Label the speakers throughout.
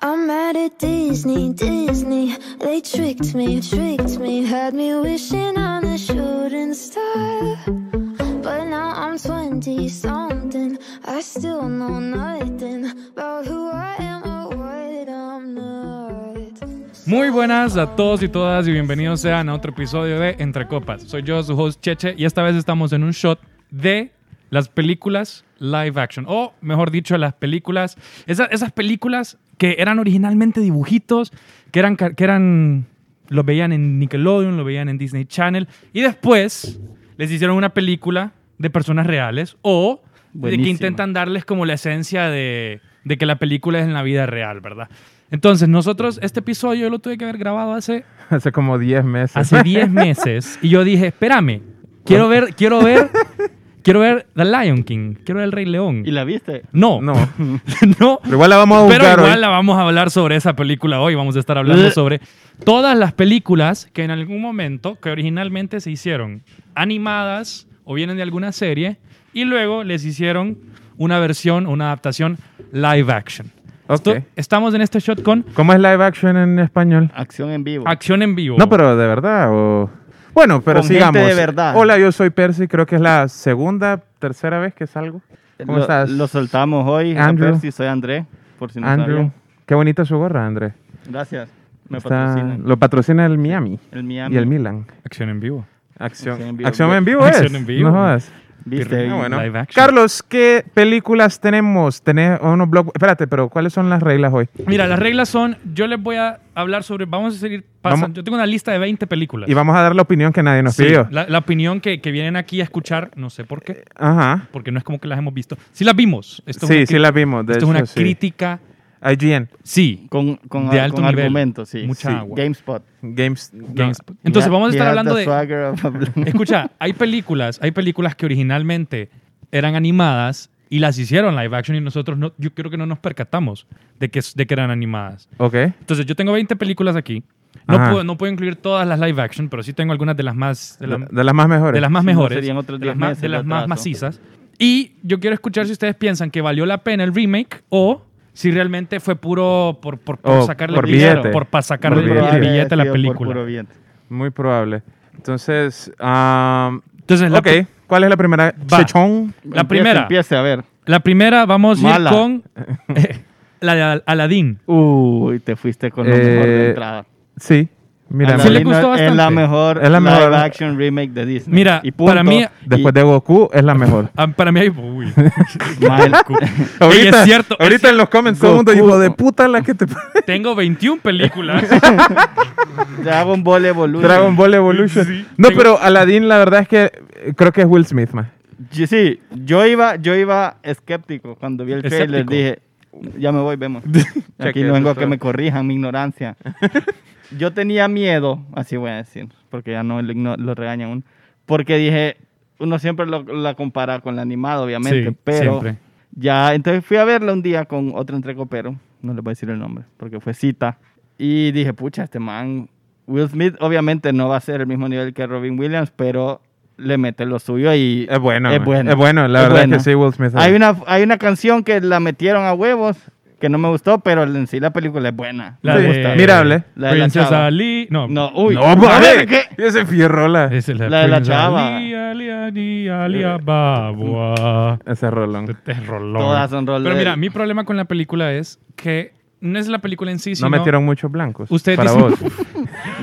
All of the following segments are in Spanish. Speaker 1: I'm mad at Disney, Disney. They tricked me, tricked me. Had me wishing on a shooting star. But now I'm 20 something. I still know nothing about who I am or what I'm not.
Speaker 2: Muy buenas a todos y todas y bienvenidos sean a otro episodio de Entre Copas. Soy yo, su host Cheche, y esta vez estamos en un shot de las películas live action, o mejor dicho, las películas, esa- esas películas que eran originalmente dibujitos, que eran, ca- que eran, los veían en Nickelodeon, lo veían en Disney Channel, y después les hicieron una película de personas reales, o de que
Speaker 3: Buenísimo.
Speaker 2: intentan darles como la esencia de, de que la película es en la vida real, ¿verdad? Entonces, nosotros, este episodio yo lo tuve que haber grabado hace
Speaker 4: Hace como 10 meses.
Speaker 2: hace 10 meses y yo dije, espérame, quiero ver, quiero ver, quiero ver The Lion King, quiero ver El Rey León.
Speaker 3: ¿Y la viste?
Speaker 2: No,
Speaker 4: No.
Speaker 2: no, no.
Speaker 4: Pero igual la vamos a
Speaker 2: Pero
Speaker 4: buscar
Speaker 2: igual
Speaker 4: hoy.
Speaker 2: la vamos a hablar sobre esa película hoy. Vamos a estar hablando
Speaker 3: Bleh.
Speaker 2: sobre todas las películas que en algún momento, que originalmente se hicieron animadas o vienen de alguna serie y luego les hicieron una versión, una adaptación live action.
Speaker 4: Ok.
Speaker 2: Esto- Estamos en este shot con
Speaker 4: ¿Cómo es live action en español?
Speaker 3: Acción en vivo.
Speaker 2: acción en vivo.
Speaker 4: No, pero de verdad. o- Bueno, pero
Speaker 3: Con gente
Speaker 4: sigamos.
Speaker 3: de verdad.
Speaker 4: Hola, yo soy Percy. Creo que es la segunda, tercera vez que salgo. ¿Cómo
Speaker 3: lo,
Speaker 4: estás?
Speaker 3: Lo soltamos hoy.
Speaker 4: Andrew.
Speaker 3: A Percy, soy Andrés, por si no
Speaker 4: Andrew.
Speaker 3: sabían.
Speaker 4: Qué bonita su gorra, Andrés.
Speaker 3: Gracias. Me
Speaker 4: Está-
Speaker 3: patrocinan.
Speaker 4: Lo patrocina el Miami
Speaker 3: El Miami.
Speaker 4: y el Milan.
Speaker 2: Acción en vivo.
Speaker 4: Acción,
Speaker 3: Acción en
Speaker 4: acción,
Speaker 3: vivo.
Speaker 4: en vivo es.
Speaker 2: Acción en vivo.
Speaker 4: No jodas.
Speaker 3: ¿Viste?
Speaker 2: Ah,
Speaker 4: Ah, bueno.
Speaker 2: Live action.
Speaker 4: Carlos, ¿qué películas tenemos? Tenés unos blogs. Espérate, pero ¿cuáles son las reglas hoy?
Speaker 2: Mira, las reglas son, yo les voy a hablar sobre, vamos a seguir pasando,
Speaker 4: Vamos.
Speaker 2: yo tengo una lista de 20 películas.
Speaker 4: Y vamos a dar la opinión que nadie nos
Speaker 2: Sí,
Speaker 4: pidió.
Speaker 2: la, la opinión que, que vienen aquí a escuchar, no sé por qué,
Speaker 4: Ajá.
Speaker 2: porque no es como que las hemos visto. Sí las vimos. Esto es
Speaker 4: sí,
Speaker 2: una
Speaker 4: sí
Speaker 2: cri-
Speaker 4: las vimos. de
Speaker 2: Esto es una
Speaker 4: hecho, sí.
Speaker 2: crítica,
Speaker 4: IGN.
Speaker 2: sí.
Speaker 3: Con, con,
Speaker 2: De alto
Speaker 3: con
Speaker 2: nivel.
Speaker 3: argumentos, sí.
Speaker 2: Mucha
Speaker 3: Sí.
Speaker 2: agua.
Speaker 3: GameSpot.
Speaker 4: Games.
Speaker 2: GameSpot. Entonces
Speaker 3: He-
Speaker 2: vamos a
Speaker 3: he
Speaker 2: estar
Speaker 3: had
Speaker 2: hablando
Speaker 3: the
Speaker 2: de...
Speaker 3: swagger of a bl-
Speaker 2: Escucha, hay películas, hay películas que originalmente eran animadas y las hicieron live action y nosotros no, yo creo que no nos percatamos de que, de que eran animadas.
Speaker 4: Ok.
Speaker 2: Entonces yo tengo 20 películas aquí. No
Speaker 4: Ajá.
Speaker 2: puedo, no puedo incluir todas las live action, pero sí tengo algunas de las más... de
Speaker 4: De,
Speaker 2: la-
Speaker 4: de las más mejores.
Speaker 2: de las más
Speaker 3: Si no,
Speaker 2: mejores,
Speaker 3: serían otros
Speaker 2: de las,
Speaker 3: 10
Speaker 2: más,
Speaker 3: meses
Speaker 2: de
Speaker 3: de
Speaker 2: las más
Speaker 3: atraso.
Speaker 2: macizas. Y yo quiero escuchar si ustedes piensan que valió la pena el remake o si realmente fue puro por, por, por
Speaker 4: Oh,
Speaker 2: sacarle
Speaker 4: por
Speaker 2: dinero,
Speaker 4: billete.
Speaker 2: por pa- sacarle
Speaker 4: Por
Speaker 2: el
Speaker 4: billete.
Speaker 2: billete,
Speaker 3: Probable haya
Speaker 2: a la
Speaker 3: sido por puro
Speaker 2: película.
Speaker 3: viento.
Speaker 4: Muy probable. Entonces, am,
Speaker 2: Entonces, la,
Speaker 4: ok. ¿Cuál es la primera?
Speaker 2: Va.
Speaker 4: Chechón.
Speaker 2: La
Speaker 3: Empiece,
Speaker 2: primera.
Speaker 3: Empiece, a ver.
Speaker 2: la primera vamos
Speaker 3: Mala.
Speaker 2: a ir con eh, la de Al- Aladdin.
Speaker 3: Uy, te fuiste con lo mejor de
Speaker 4: Uh. Eh,
Speaker 3: entrada.
Speaker 4: Sí. Mira,
Speaker 2: Sí le
Speaker 3: Aladdin
Speaker 2: gustó
Speaker 3: es la
Speaker 2: bastante.
Speaker 3: mejor
Speaker 4: Es la
Speaker 3: live
Speaker 4: mejor.
Speaker 3: action remake de Disney.
Speaker 2: Mira,
Speaker 3: Y punto.
Speaker 2: para mí-
Speaker 4: después de Goku es la mejor.
Speaker 2: Ah, para mí hay... Uy.
Speaker 3: Y- mal.
Speaker 2: Ey, es cierto, es
Speaker 4: ahorita en los comments todo el mundo
Speaker 3: Goku.
Speaker 4: dijo de puta la que te
Speaker 2: Tengo 21 películas.
Speaker 3: Dragon Ball Evolution.
Speaker 4: Dragon Ball Evolution.
Speaker 2: Sí.
Speaker 4: No,
Speaker 2: Tengo-
Speaker 4: pero Aladdin la verdad es que eh, creo que es Will Smith más.
Speaker 3: Yo- sí, yo iba, yo iba escéptico cuando vi el trailer.
Speaker 2: Escéptico.
Speaker 3: Dije, ya me voy, vemos. Aquí
Speaker 4: Cheque,
Speaker 3: no vengo a
Speaker 4: doctor.
Speaker 3: que me corrijan mi ignorancia. yo tenía miedo, así voy a decir, porque ya no lo, igno- lo regaña uno. Porque dije, uno siempre lo, la compara con la animada, obviamente,
Speaker 2: Sí,
Speaker 3: pero
Speaker 2: siempre.
Speaker 3: ya, entonces fui a verla un día con otro entrecopero, no les voy a decir el nombre, porque fue cita. Y dije, pucha, este man, Will Smith obviamente no va a ser el mismo nivel que Robin Williams, pero le mete lo suyo y
Speaker 4: Es bueno.
Speaker 3: Es
Speaker 4: man.
Speaker 3: bueno.
Speaker 4: Es bueno, la
Speaker 3: Es
Speaker 4: verdad
Speaker 3: bueno.
Speaker 4: es que sí, Will Smith. es-
Speaker 3: hay una, hay una canción que la metieron a huevos que no me gustó, pero en sí la película es buena.
Speaker 2: La
Speaker 3: me
Speaker 2: de-
Speaker 3: gusta.
Speaker 4: Mirable.
Speaker 3: La de la
Speaker 2: Princesa
Speaker 3: chava.
Speaker 2: Ali. No.
Speaker 3: No, uy.
Speaker 4: No, vale.
Speaker 3: ¿Qué?
Speaker 4: Ese fierrola.
Speaker 2: Esa es
Speaker 3: la de la
Speaker 2: Princesa
Speaker 3: chava. Eh,
Speaker 2: Ali, Ali, Ali, Ali, Ababa.
Speaker 4: Ese rolón.
Speaker 2: Este es rolón.
Speaker 3: mm. Todas son roles.
Speaker 2: Pero mira, mi problema con la película es que no es la película en sí,
Speaker 4: No
Speaker 2: sino...
Speaker 4: metieron muchos blancos.
Speaker 2: Ustedes
Speaker 4: para
Speaker 2: dicen-
Speaker 4: vos.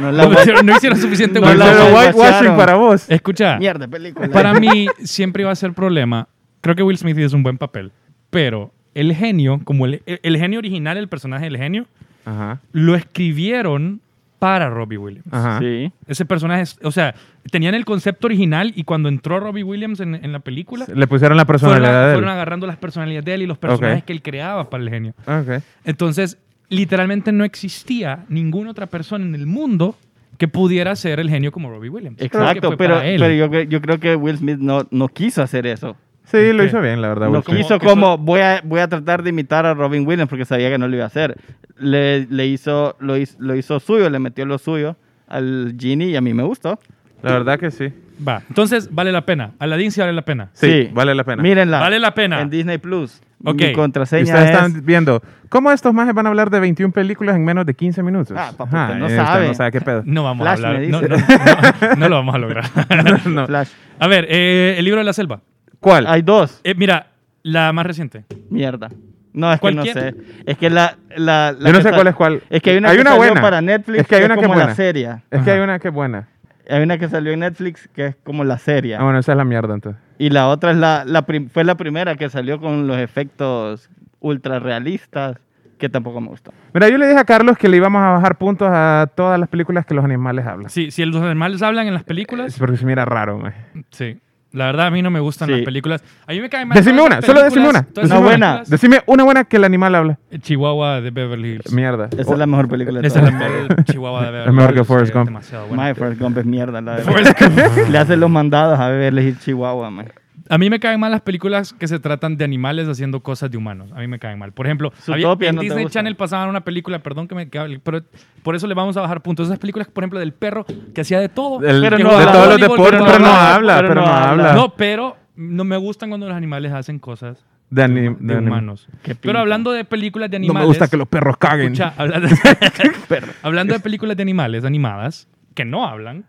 Speaker 3: No la
Speaker 2: no,
Speaker 3: voy-
Speaker 2: metieron- no hicieron suficiente
Speaker 3: No
Speaker 4: No,
Speaker 2: huevo.
Speaker 3: la
Speaker 4: hicieron
Speaker 3: voy-
Speaker 4: whitewashing para vos.
Speaker 2: Escucha,
Speaker 3: Mierda, película.
Speaker 2: para mí siempre iba a ser problema. Creo que Will Smith hizo un buen papel, pero el genio, como el, el- el genio original, el personaje del genio,
Speaker 4: Ajá.
Speaker 2: lo escribieron para Robbie Williams.
Speaker 3: Ah.
Speaker 4: Ajá.
Speaker 3: Sí.
Speaker 2: Ese personaje, es- o sea, tenían el concepto original y cuando entró Robbie Williams en, en la película,
Speaker 4: Le pusieron la
Speaker 2: fueron,
Speaker 4: personalidad
Speaker 2: fueron agarrando las personalidades de él y los personajes que él creaba para el genio.
Speaker 3: Ah,
Speaker 4: de él. Ok.
Speaker 2: Entonces, literalmente no existía ninguna otra persona en el mundo que pudiera ser el genio como Robbie Williams. Creo
Speaker 3: Exacto,
Speaker 2: que fue
Speaker 3: pero,
Speaker 2: para él.
Speaker 3: pero yo, cre- yo creo que Will Smith no, no quiso hacer eso.
Speaker 4: Sí, lo
Speaker 2: Ok.
Speaker 4: hizo bien, la verdad.
Speaker 3: No
Speaker 4: Will Smith.
Speaker 3: quiso
Speaker 2: Como-
Speaker 3: como voy a, voy a tratar de imitar a Robin Williams porque sabía que no lo iba a hacer. Le, le hizo, lo, hizo, lo hizo suyo, le metió lo suyo al Genie y a mí me gustó.
Speaker 4: La verdad que sí.
Speaker 2: Va. Entonces, vale la pena. Aladdin sí vale la pena.
Speaker 4: Sí,
Speaker 3: Sí.
Speaker 4: vale la pena.
Speaker 3: Mírenla.
Speaker 2: Vale la pena.
Speaker 3: En Disney Plus.
Speaker 2: Ok.
Speaker 3: Mi contraseña
Speaker 4: Y ustedes
Speaker 3: es-
Speaker 4: están viendo cómo estos majes van a hablar de 21 películas en menos de 15 minutos.
Speaker 3: Ah, paputa, no
Speaker 4: esta
Speaker 3: sabe.
Speaker 4: No sabe qué pedo.
Speaker 2: No vamos
Speaker 3: Flash
Speaker 2: a hablar.
Speaker 3: me
Speaker 2: No,
Speaker 3: dice.
Speaker 2: no, no, no lo vamos a lograr.
Speaker 4: No.
Speaker 3: Flash.
Speaker 2: A ver, eh, el libro de la selva.
Speaker 4: ¿Cuál?
Speaker 3: Hay dos.
Speaker 2: Eh, mira, la más reciente.
Speaker 3: Mierda. No, es que
Speaker 2: Cualquier-
Speaker 3: no sé. Es que la. la, la
Speaker 4: Yo no
Speaker 3: que
Speaker 4: sé
Speaker 3: sa-
Speaker 4: cuál es cuál.
Speaker 3: Es que hay una que salió para Netflix.
Speaker 4: Es que hay una que es
Speaker 3: como
Speaker 4: buena.
Speaker 3: la serie.
Speaker 4: Es que hay
Speaker 2: Ajá.
Speaker 4: una que es buena.
Speaker 3: Hay una que salió en Netflix que es como la serie.
Speaker 4: Ah, bueno, esa es la mierda entonces.
Speaker 3: Y la otra es la, la prim- fue la primera que salió con los efectos ultra realistas que tampoco me gustó.
Speaker 4: Mira, yo le dije a Carlos que le íbamos a bajar puntos a todas las películas que los animales hablan.
Speaker 2: Si, si los animales hablan en las
Speaker 4: Es
Speaker 2: películas,
Speaker 4: porque se mira raro, maje.
Speaker 2: sí. La verdad, a mí no me gustan
Speaker 3: Sí.
Speaker 2: las películas. A mí me caen mal.
Speaker 4: Decime
Speaker 2: todas
Speaker 4: una,
Speaker 2: las
Speaker 4: solo
Speaker 2: películas,
Speaker 4: decime una.
Speaker 2: todas
Speaker 3: Una
Speaker 2: las
Speaker 3: buena.
Speaker 2: películas.
Speaker 4: Decime una buena que el animal habla.
Speaker 2: Chihuahua de Beverly Hills.
Speaker 4: Mierda.
Speaker 3: Esa
Speaker 4: Oh,
Speaker 3: es la mejor película de
Speaker 2: Esa
Speaker 3: todas.
Speaker 2: es la mejor Ah, Chihuahua de Beverly
Speaker 4: Es mejor que
Speaker 2: Hills,
Speaker 4: Forrest
Speaker 2: es
Speaker 4: Gump.
Speaker 2: demasiado buena.
Speaker 3: My Forrest Gump es mierda, la verdad.
Speaker 2: Forrest
Speaker 3: Le hacen los mandados a beberle y Chihuahua, man.
Speaker 2: A mí me caen mal las películas que se tratan de animales haciendo cosas de humanos. A mí me caen mal. Por ejemplo, había-
Speaker 3: Zootopia
Speaker 2: en
Speaker 3: no te
Speaker 2: Disney
Speaker 3: gusta.
Speaker 2: Channel pasaban una película, perdón que me cae, pero por eso le vamos a bajar puntos. Esas películas, por ejemplo, del perro que hacía de todo.
Speaker 4: el-
Speaker 3: Pero
Speaker 4: de
Speaker 3: no habla.
Speaker 4: todos los
Speaker 2: Voleibol,
Speaker 4: deportes,
Speaker 2: pero
Speaker 4: pero no
Speaker 2: no
Speaker 4: habla, pero no habla.
Speaker 2: No, pero no me gustan cuando los animales hacen cosas
Speaker 4: de, ani-
Speaker 2: de,
Speaker 4: de anim-
Speaker 2: humanos.
Speaker 3: Qué pinta.
Speaker 2: Pero hablando de películas de
Speaker 4: No
Speaker 2: animales.
Speaker 4: me gusta que los perros caguen.
Speaker 2: Escucha, hablando,
Speaker 3: Perro.
Speaker 2: hablando de películas de animales animadas que no hablan,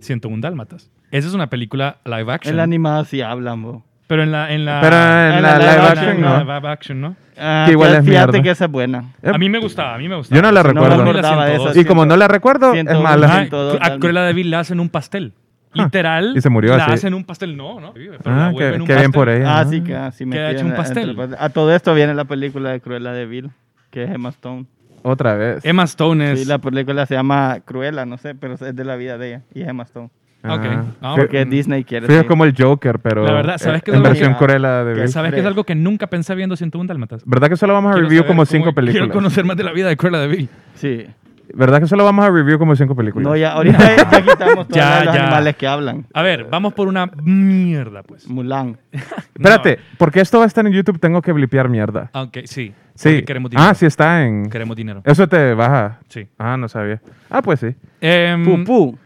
Speaker 2: 101 Dálmatas. Esa es una película live action.
Speaker 3: El animado sí habla, bo.
Speaker 2: Pero en la. En ah, la
Speaker 4: Pero en la live action,
Speaker 2: la
Speaker 4: no.
Speaker 2: live action, ¿no.
Speaker 3: Ah,
Speaker 4: Que igual
Speaker 3: fíjate-
Speaker 4: es
Speaker 3: Fíjate
Speaker 4: mierda.
Speaker 3: que esa es buena.
Speaker 4: Eh,
Speaker 2: A mí me gustaba, a mí me gustaba.
Speaker 4: Yo no la
Speaker 2: Sí,
Speaker 4: recuerdo.
Speaker 2: No,
Speaker 3: me
Speaker 2: la
Speaker 3: acordaba de
Speaker 2: 102.
Speaker 4: Y como no la recuerdo, es
Speaker 3: 101.
Speaker 4: mala.
Speaker 2: Ajá,
Speaker 3: siento, dos
Speaker 2: a Cruella de Vil la hacen un pastel.
Speaker 4: Ah,
Speaker 2: Literal.
Speaker 4: y se murió
Speaker 2: La
Speaker 4: así.
Speaker 2: hacen un pastel. No, no. Pero la
Speaker 4: Ah,
Speaker 2: vuelven
Speaker 4: qué,
Speaker 2: un
Speaker 4: qué bien
Speaker 2: pastel.
Speaker 4: por ella.
Speaker 3: Ah,
Speaker 4: ¿no?
Speaker 3: sí, que ah, sí me
Speaker 2: Que ha hecho
Speaker 3: tiran
Speaker 2: un pastel.
Speaker 3: entre- A todo esto viene la película de Cruella de Vil, que es Emma Stone.
Speaker 4: Otra vez.
Speaker 2: Emma Stone es.
Speaker 3: Sí, la película se llama Cruella, no sé, pero es de la vida de ella y es Emma Stone.
Speaker 4: Ah.
Speaker 2: Ok. Ah,
Speaker 4: Fue-
Speaker 3: Porque Disney quiere.
Speaker 4: Fue
Speaker 3: sí.
Speaker 4: como el Joker, pero
Speaker 2: La verdad, ¿sabes
Speaker 4: eh,
Speaker 2: qué es
Speaker 4: en
Speaker 2: lo que-
Speaker 4: versión Cruella de
Speaker 3: que
Speaker 4: Vil.
Speaker 3: esa-
Speaker 2: ¿Sabes que es
Speaker 3: Fre-
Speaker 2: algo que nunca pensé viendo 101 Dálmatas?
Speaker 4: ¿Verdad que solo vamos a
Speaker 2: Quiero
Speaker 4: review
Speaker 2: saber
Speaker 4: como
Speaker 2: cómo-
Speaker 4: cinco
Speaker 2: Quiero
Speaker 4: películas?
Speaker 2: conocer más de la vida de Cruella de Vil.
Speaker 3: Sí.
Speaker 4: ¿Verdad que solo vamos a review como cinco películas?
Speaker 3: No, ya, ahorita ya quitamos todos
Speaker 2: Ya,
Speaker 3: los
Speaker 2: ya.
Speaker 3: animales que hablan.
Speaker 2: A ver, vamos por una mierda, pues.
Speaker 3: Mulan.
Speaker 4: Espérate, porque esto va a estar en YouTube, tengo que blipear mierda.
Speaker 2: Aunque sí.
Speaker 4: Sí.
Speaker 2: Ah, porque Queremos dinero.
Speaker 4: Ah, sí Eh, está en...
Speaker 2: Queremos dinero.
Speaker 4: Eso te baja.
Speaker 2: Sí.
Speaker 4: Ah, no sabía. Ah, pues sí.
Speaker 2: Em,
Speaker 3: Pupú.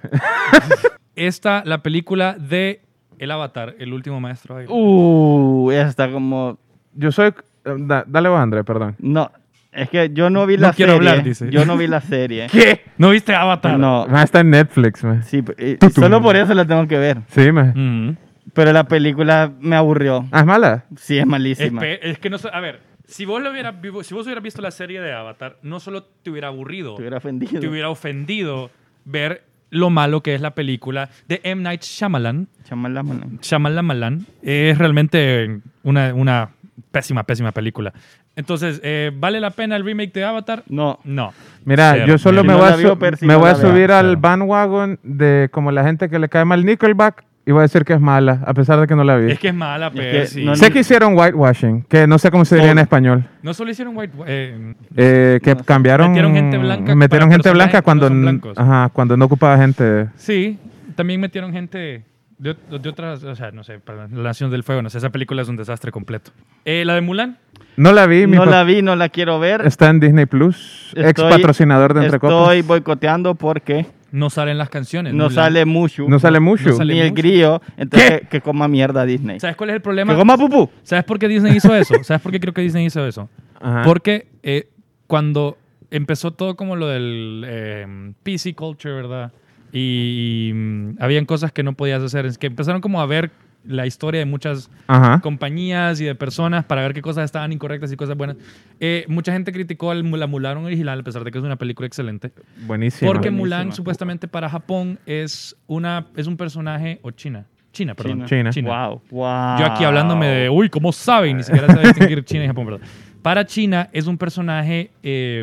Speaker 2: Esta, la película de El Avatar, El Último Maestro. de Aire.
Speaker 3: Uh, esa está como.
Speaker 4: Yo soy... eh, da- dale vos, André, perdón.
Speaker 3: No, es que yo no vi
Speaker 2: No
Speaker 3: la
Speaker 2: quiero
Speaker 3: serie.
Speaker 2: hablar, dice.
Speaker 3: Yo no vi la serie.
Speaker 4: ¿Qué?
Speaker 2: ¿No viste Avatar?
Speaker 3: No.
Speaker 4: Ah, está en Netflix, man.
Speaker 3: Sí, eh,
Speaker 4: Tú, tú.
Speaker 3: solo por eso la tengo que ver.
Speaker 4: Sí, man.
Speaker 2: Mm.
Speaker 3: Pero la película me aburrió.
Speaker 4: Ah, es mala.
Speaker 3: Sí, es malísima.
Speaker 2: Espe- Es que no sé, a ver, si vos, lo hubieras, vivo- si vos hubieras visto la serie de Avatar, no solo te hubiera aburrido,
Speaker 3: Te hubiera ofendido.
Speaker 2: te hubiera ofendido ver lo malo que es la película de M. Night Shyamalan.
Speaker 3: Chamalámala.
Speaker 2: Shyamalan es realmente una, una pésima, pésima película. Entonces, eh, ¿vale la pena el remake de Avatar?
Speaker 3: No.
Speaker 2: No.
Speaker 4: Mira,
Speaker 2: Cero.
Speaker 4: yo solo
Speaker 2: Si
Speaker 4: me,
Speaker 3: no
Speaker 4: voy,
Speaker 3: la
Speaker 4: a
Speaker 3: vio
Speaker 4: su-
Speaker 3: Percy,
Speaker 4: me
Speaker 3: no
Speaker 4: voy a
Speaker 3: la vea.
Speaker 4: subir al
Speaker 2: Cero.
Speaker 4: bandwagon de como la gente que le cae mal Nickelback y voy a decir que es mala, a pesar de que no la vi.
Speaker 2: Es que es mala,
Speaker 3: que
Speaker 2: pero sí.
Speaker 3: no-
Speaker 4: Sé que hicieron whitewashing, que no sé cómo se diría en
Speaker 3: Todo.
Speaker 4: español.
Speaker 2: No solo hicieron White. eh,
Speaker 4: Eh, que
Speaker 3: No sé.
Speaker 4: cambiaron.
Speaker 2: Metieron gente blanca
Speaker 4: Metieron
Speaker 2: para
Speaker 4: gente
Speaker 2: personajes
Speaker 4: blanca
Speaker 2: que no
Speaker 4: cuando,
Speaker 2: son
Speaker 4: n-
Speaker 2: blancos.
Speaker 4: ajá, cuando no ocupaba gente.
Speaker 2: sí, también metieron gente de, ot- de otras. O sea, no sé, para la Nación del Fuego. No sé, esa película es un desastre completo. Eh, la de Mulan.
Speaker 4: No la vi, mi
Speaker 3: No
Speaker 4: pa-
Speaker 3: la vi, no la quiero ver.
Speaker 4: está en Disney Plus, ex
Speaker 3: Estoy-
Speaker 4: patrocinador de Entre
Speaker 3: Estoy boicoteando porque
Speaker 2: No salen las canciones.
Speaker 3: no
Speaker 2: Mulan.
Speaker 3: sale mucho.
Speaker 4: Copas. No sale mucho.
Speaker 2: No sale-
Speaker 3: ni el
Speaker 2: mucho.
Speaker 3: grillo. Entonces, que- que coma mierda Disney.
Speaker 2: ¿Sabes cuál es el
Speaker 3: Que
Speaker 2: problema?
Speaker 3: coma pupú.
Speaker 2: ¿Sabes por qué Disney hizo eso? ¿Sabes por qué creo que Disney hizo eso?
Speaker 4: Ajá.
Speaker 3: Ah.
Speaker 2: Porque eh, cuando empezó todo como lo del eh, PC culture, ¿verdad? Y, y, mm, habían cosas que no podías hacer. Es que empezaron como a ver la historia de muchas
Speaker 4: Ajá.
Speaker 2: compañías y de personas para ver qué cosas estaban incorrectas y cosas buenas. Eh, mucha gente criticó al Mula- Mulan original, a pesar de que es una película excelente.
Speaker 4: Buenísimo.
Speaker 2: porque
Speaker 3: man.
Speaker 2: Mulan
Speaker 3: Buenísima.
Speaker 2: supuestamente para Japón es, una, es un personaje, o China. China, perdón.
Speaker 4: China.
Speaker 3: Wow. wow.
Speaker 2: Yo aquí hablándome de,
Speaker 4: Ah.
Speaker 2: uy, ¿cómo saben? Ni siquiera sabe distinguir China y Japón, ¿verdad? Para China es un personaje eh,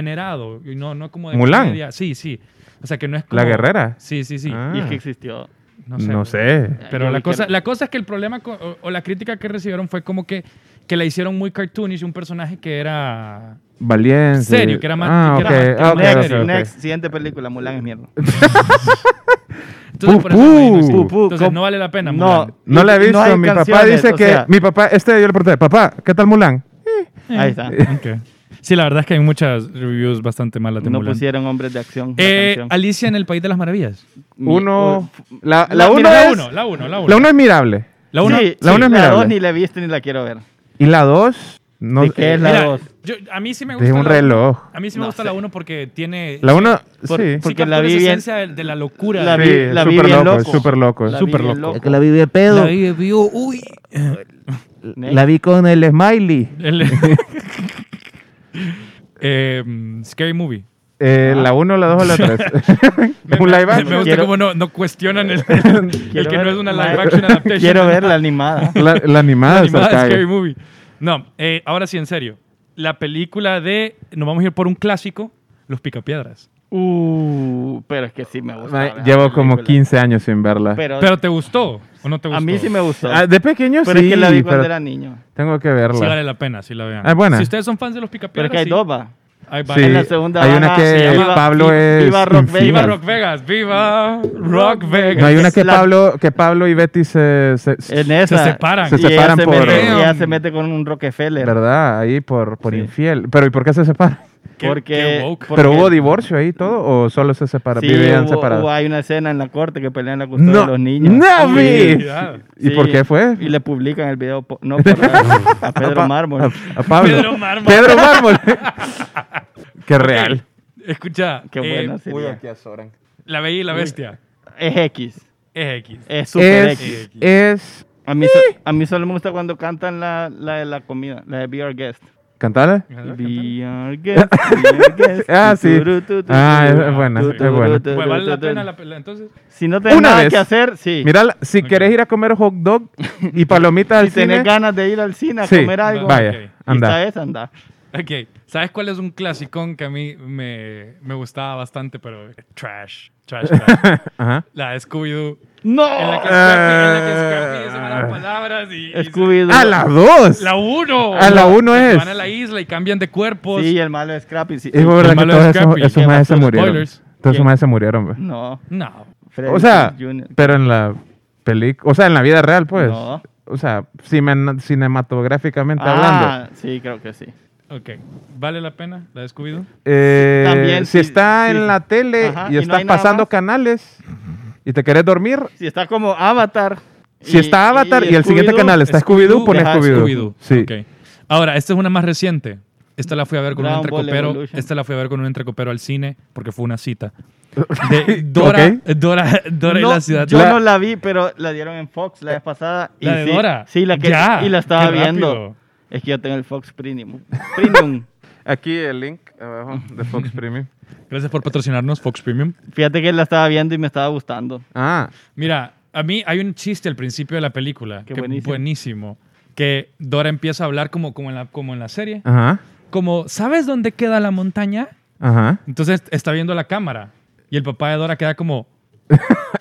Speaker 2: venerado, y no, no como de
Speaker 4: ¿Mulan?
Speaker 2: comedia. Sí, sí. O sea que no es como...
Speaker 4: La guerrera.
Speaker 2: Sí, sí, sí.
Speaker 4: Ah,
Speaker 3: Y es que existió.
Speaker 2: no sé.
Speaker 4: no sé.
Speaker 2: Pero
Speaker 3: Yo
Speaker 2: la
Speaker 3: vi
Speaker 2: cosa,
Speaker 3: que-
Speaker 2: la cosa es que el problema co- o, o la crítica que recibieron fue como que, que la hicieron muy cartoonish, un personaje que era...
Speaker 4: Valiente.
Speaker 2: Serio, que era más-
Speaker 4: Ah,
Speaker 2: que
Speaker 4: ok.
Speaker 2: era más- que era
Speaker 4: Ah, ok,
Speaker 2: más
Speaker 4: ok,
Speaker 3: Next,
Speaker 2: serio.
Speaker 4: ok.
Speaker 3: next, siguiente película, Mulan es mierda.
Speaker 2: Entonces, por eso
Speaker 4: Pupú.
Speaker 2: no vino, sí.
Speaker 3: Pupú,
Speaker 2: Entonces
Speaker 3: ¿cómo?
Speaker 2: no vale la pena.
Speaker 3: No.
Speaker 2: Mulan.
Speaker 4: No la he
Speaker 3: No
Speaker 4: visto.
Speaker 3: hay
Speaker 4: mi papá
Speaker 3: canciones,
Speaker 4: dice
Speaker 3: o
Speaker 4: que.
Speaker 3: sea-
Speaker 2: Eh.
Speaker 4: Mi papá, este yo le pregunté, papá, ¿qué tal Mulan?
Speaker 3: Ahí está.
Speaker 2: Ok. Sí, la verdad es que hay muchas reviews bastante malas de
Speaker 3: No
Speaker 2: Mulan.
Speaker 3: pusieron hombres de acción. la
Speaker 2: Eh,
Speaker 3: canción. oh.
Speaker 2: Alicia en el País de las Maravillas.
Speaker 3: Mi-
Speaker 4: Uno. La, la,
Speaker 3: La-
Speaker 4: uno
Speaker 3: mira,
Speaker 2: La
Speaker 4: es,
Speaker 2: 1, la 1, la 1.
Speaker 4: la uno es mirable.
Speaker 2: La uno-
Speaker 3: Sí,
Speaker 4: la
Speaker 3: sí,
Speaker 4: uno es
Speaker 3: la
Speaker 4: mirable.
Speaker 3: dos ni la he visto ni la quiero ver.
Speaker 4: Y la dos. No,
Speaker 3: ¿De qué es la
Speaker 2: Mira,
Speaker 3: dos?
Speaker 2: yo- a mí sí me gusta.
Speaker 4: de un
Speaker 2: la-
Speaker 4: reloj.
Speaker 2: A mí sí me
Speaker 3: No
Speaker 2: gusta
Speaker 3: sé.
Speaker 2: la 1 porque tiene.
Speaker 4: La uno.
Speaker 3: Por-
Speaker 4: sí.
Speaker 3: por-
Speaker 2: porque la vi bien. De, de la locura.
Speaker 3: La
Speaker 4: Sí,
Speaker 3: vi, la vi
Speaker 4: súper
Speaker 3: bien
Speaker 4: loco,
Speaker 3: loco.
Speaker 4: súper loco.
Speaker 3: La vi
Speaker 2: Súper
Speaker 3: bien
Speaker 2: loco.
Speaker 5: Es que la vi de pedo.
Speaker 2: La vi- vio, uy.
Speaker 3: Ne-
Speaker 5: La vi con el smiley.
Speaker 2: El- Eh, scary Movie.
Speaker 4: Eh,
Speaker 3: Ah.
Speaker 4: la uno, la dos o la tres.
Speaker 2: Me,
Speaker 4: un
Speaker 2: me- me
Speaker 4: live
Speaker 2: gusta
Speaker 4: action.
Speaker 3: Quiero-
Speaker 2: cómo no, no cuestionan el, el
Speaker 3: Quiero
Speaker 2: que
Speaker 3: ver-
Speaker 2: no es una live action adaptation.
Speaker 3: Quiero ver la animada.
Speaker 4: La, la animada,
Speaker 2: La
Speaker 4: se
Speaker 2: animada
Speaker 4: cae.
Speaker 2: Scary Movie. No, eh, ahora sí, en serio. La película de. Nos vamos a ir por un clásico: Los Picapiedras.
Speaker 3: Uh, pero es que sí me gusta.
Speaker 4: Ma,
Speaker 3: la
Speaker 4: Llevo como
Speaker 3: película.
Speaker 4: 15 años sin verla.
Speaker 3: Pero,
Speaker 2: Pero ¿te gustó o no te gustó?
Speaker 3: a mí sí me gustó.
Speaker 4: Ah, de pequeño
Speaker 3: pero
Speaker 4: sí,
Speaker 3: es que la vi
Speaker 4: pero
Speaker 3: cuando era niño.
Speaker 4: tengo que verla.
Speaker 2: Sí vale la pena, sí la vean.
Speaker 4: Ah, buena.
Speaker 2: Si ustedes son fans de Los
Speaker 3: Pero es
Speaker 2: Picapiedras.
Speaker 3: que hay
Speaker 2: sí.
Speaker 3: dos, va.
Speaker 2: Ahí va.
Speaker 4: Sí,
Speaker 3: En la segunda
Speaker 4: hay una
Speaker 3: baja
Speaker 4: que
Speaker 3: se llama
Speaker 4: Pablo
Speaker 3: Viva-
Speaker 4: es
Speaker 3: Viva Rock
Speaker 4: infiel.
Speaker 2: ¡Viva
Speaker 3: Vegas.
Speaker 2: Rock Vegas! ¡Viva Rock Vegas!
Speaker 4: No, hay una que
Speaker 3: La-
Speaker 4: Pablo, que Pablo y Betty se, se-
Speaker 3: En esa.
Speaker 2: separan.
Speaker 4: Se
Speaker 3: y ella
Speaker 4: separan por-
Speaker 3: Mete, ella
Speaker 2: Damn.
Speaker 3: se mete con un Rockefeller.
Speaker 4: verdad, ahí por, por
Speaker 3: Sí.
Speaker 4: infiel. Pero ¿y por qué se separan?
Speaker 2: Qué-
Speaker 3: Porque,
Speaker 2: qué woke.
Speaker 3: porque-
Speaker 4: ¿Pero hubo divorcio ahí y todo o solo se separaron?
Speaker 3: Sí,
Speaker 4: vivían
Speaker 3: hubo-
Speaker 4: separados.
Speaker 3: hubo- hay una escena en la corte que pelean la custodia
Speaker 4: no,
Speaker 3: de los niños.
Speaker 4: ¡No,
Speaker 3: Sí,
Speaker 4: vi!
Speaker 2: cuidado.
Speaker 4: ¿Y
Speaker 3: sí.
Speaker 4: por qué fue?
Speaker 3: Y le publican el video, po- no por a, a Pedro
Speaker 4: Pa-
Speaker 3: Mármol.
Speaker 4: A, a Pablo.
Speaker 2: Pedro Mármol.
Speaker 4: Pedro Mármol. qué real.
Speaker 2: Escucha,
Speaker 3: Qué
Speaker 2: eh,
Speaker 3: buena sería.
Speaker 2: La Bella y la Bestia.
Speaker 3: Es X.
Speaker 2: Es X.
Speaker 4: Eh,
Speaker 3: Es Super X.
Speaker 4: Es, es...
Speaker 3: A mí, so- a mí solo me gusta cuando cantan la, la de la comida, la de Be Our Guest.
Speaker 4: ¿Cantala?
Speaker 3: Be Our Guest. Be Our Guest.
Speaker 4: Ah, sí.
Speaker 3: Tu, tu, tu,
Speaker 4: Ah,
Speaker 3: tu,
Speaker 4: es- es buena,
Speaker 3: tu,
Speaker 4: es
Speaker 3: tu,
Speaker 4: buena.
Speaker 3: tu, tu,
Speaker 2: Pues vale la
Speaker 3: tu, tu.
Speaker 2: pena la pelea. Entonces,
Speaker 3: Si no tenés
Speaker 4: Una
Speaker 3: nada
Speaker 4: vez.
Speaker 3: que hacer, sí.
Speaker 4: Mira, si
Speaker 2: Ok.
Speaker 4: querés ir a comer hot dog y palomitas al
Speaker 3: si tenés
Speaker 4: cine,
Speaker 3: ganas de ir al cine a
Speaker 4: sí,
Speaker 3: comer algo,
Speaker 4: vaya,
Speaker 2: Ok. Y
Speaker 4: anda.
Speaker 3: Esta es, anda.
Speaker 2: ok. ¿Sabes cuál es un clasicón que a mí me, me gustaba bastante, pero trash? Trash, trash.
Speaker 4: Ajá.
Speaker 2: la de Scooby-Doo.
Speaker 3: ¡No! Ah,
Speaker 2: En la que Scrappy, en la que Scrappy dice
Speaker 4: Ah.
Speaker 2: malas palabras y. y-
Speaker 3: Scooby-Doo.
Speaker 4: A las dos.
Speaker 2: la 1.
Speaker 4: A Ah, la uno es.
Speaker 2: Van a la isla y cambian de cuerpos.
Speaker 3: Sí, el malo es Scrappy. Sí.
Speaker 4: Es verdad que
Speaker 2: malo
Speaker 4: todos
Speaker 2: de
Speaker 4: esos,
Speaker 2: Scrappy.
Speaker 4: esos
Speaker 3: Qué
Speaker 4: maes se
Speaker 3: basura.
Speaker 4: murieron.
Speaker 2: Spoilers.
Speaker 4: Todos esos
Speaker 3: ¿Quién?
Speaker 4: maes se murieron, pues.
Speaker 3: No.
Speaker 2: No.
Speaker 3: Freddy
Speaker 4: O sea,
Speaker 3: Jr.
Speaker 4: pero en la película, o sea, en la vida real, pues.
Speaker 3: No.
Speaker 4: O sea, cimen- cinematográficamente hablando.
Speaker 3: Ah, sí, creo que sí.
Speaker 2: Ok. ¿Vale la pena la de Scooby-Doo?
Speaker 4: Eh,
Speaker 3: También,
Speaker 4: si
Speaker 3: sí,
Speaker 4: está
Speaker 3: sí.
Speaker 4: en la tele
Speaker 3: Ajá, y
Speaker 4: y
Speaker 3: no
Speaker 4: estás
Speaker 3: hay nada
Speaker 4: pasando
Speaker 3: más.
Speaker 4: canales y te querés dormir,
Speaker 3: Si está como Avatar.
Speaker 4: si está Avatar y, el siguiente
Speaker 3: Scooby-Doo,
Speaker 4: canal está Scooby-Doo, pone
Speaker 3: Ajá,
Speaker 4: Scooby-Doo.
Speaker 2: Scooby-Doo.
Speaker 4: sí.
Speaker 2: Ok. Ahora, esta es una más reciente. Esta la fui a ver con
Speaker 3: Dragon
Speaker 2: un
Speaker 3: Ball
Speaker 2: entrecopero.
Speaker 3: Evolution.
Speaker 2: Esta la fui a ver con un entrecopero al cine porque fue una cita. De Dora,
Speaker 4: Ok.
Speaker 2: Dora, Dora y
Speaker 3: No,
Speaker 2: la ciudad.
Speaker 3: Yo
Speaker 2: La-
Speaker 3: no la vi, pero la dieron en Fox la vez pasada. y
Speaker 2: la de
Speaker 3: sí,
Speaker 2: Dora.
Speaker 3: Sí, la que,
Speaker 2: Ya,
Speaker 3: y la estaba
Speaker 2: qué
Speaker 3: viendo.
Speaker 2: rápido.
Speaker 3: Es que yo tengo el Fox Premium. Premium.
Speaker 4: Aquí el link abajo de Fox Premium.
Speaker 2: Gracias por patrocinarnos, Fox Premium.
Speaker 3: Fíjate que la estaba viendo y me estaba gustando.
Speaker 4: Ah,
Speaker 2: Mira, a mí hay un chiste al principio de la película.
Speaker 3: Qué
Speaker 2: que
Speaker 3: buenísimo.
Speaker 2: buenísimo. Que Dora empieza a hablar como, como, en la, como en la serie.
Speaker 4: ajá,
Speaker 2: Como, ¿sabes dónde queda la montaña?
Speaker 4: ajá.
Speaker 2: Entonces está viendo la cámara. Y el papá de Dora queda como...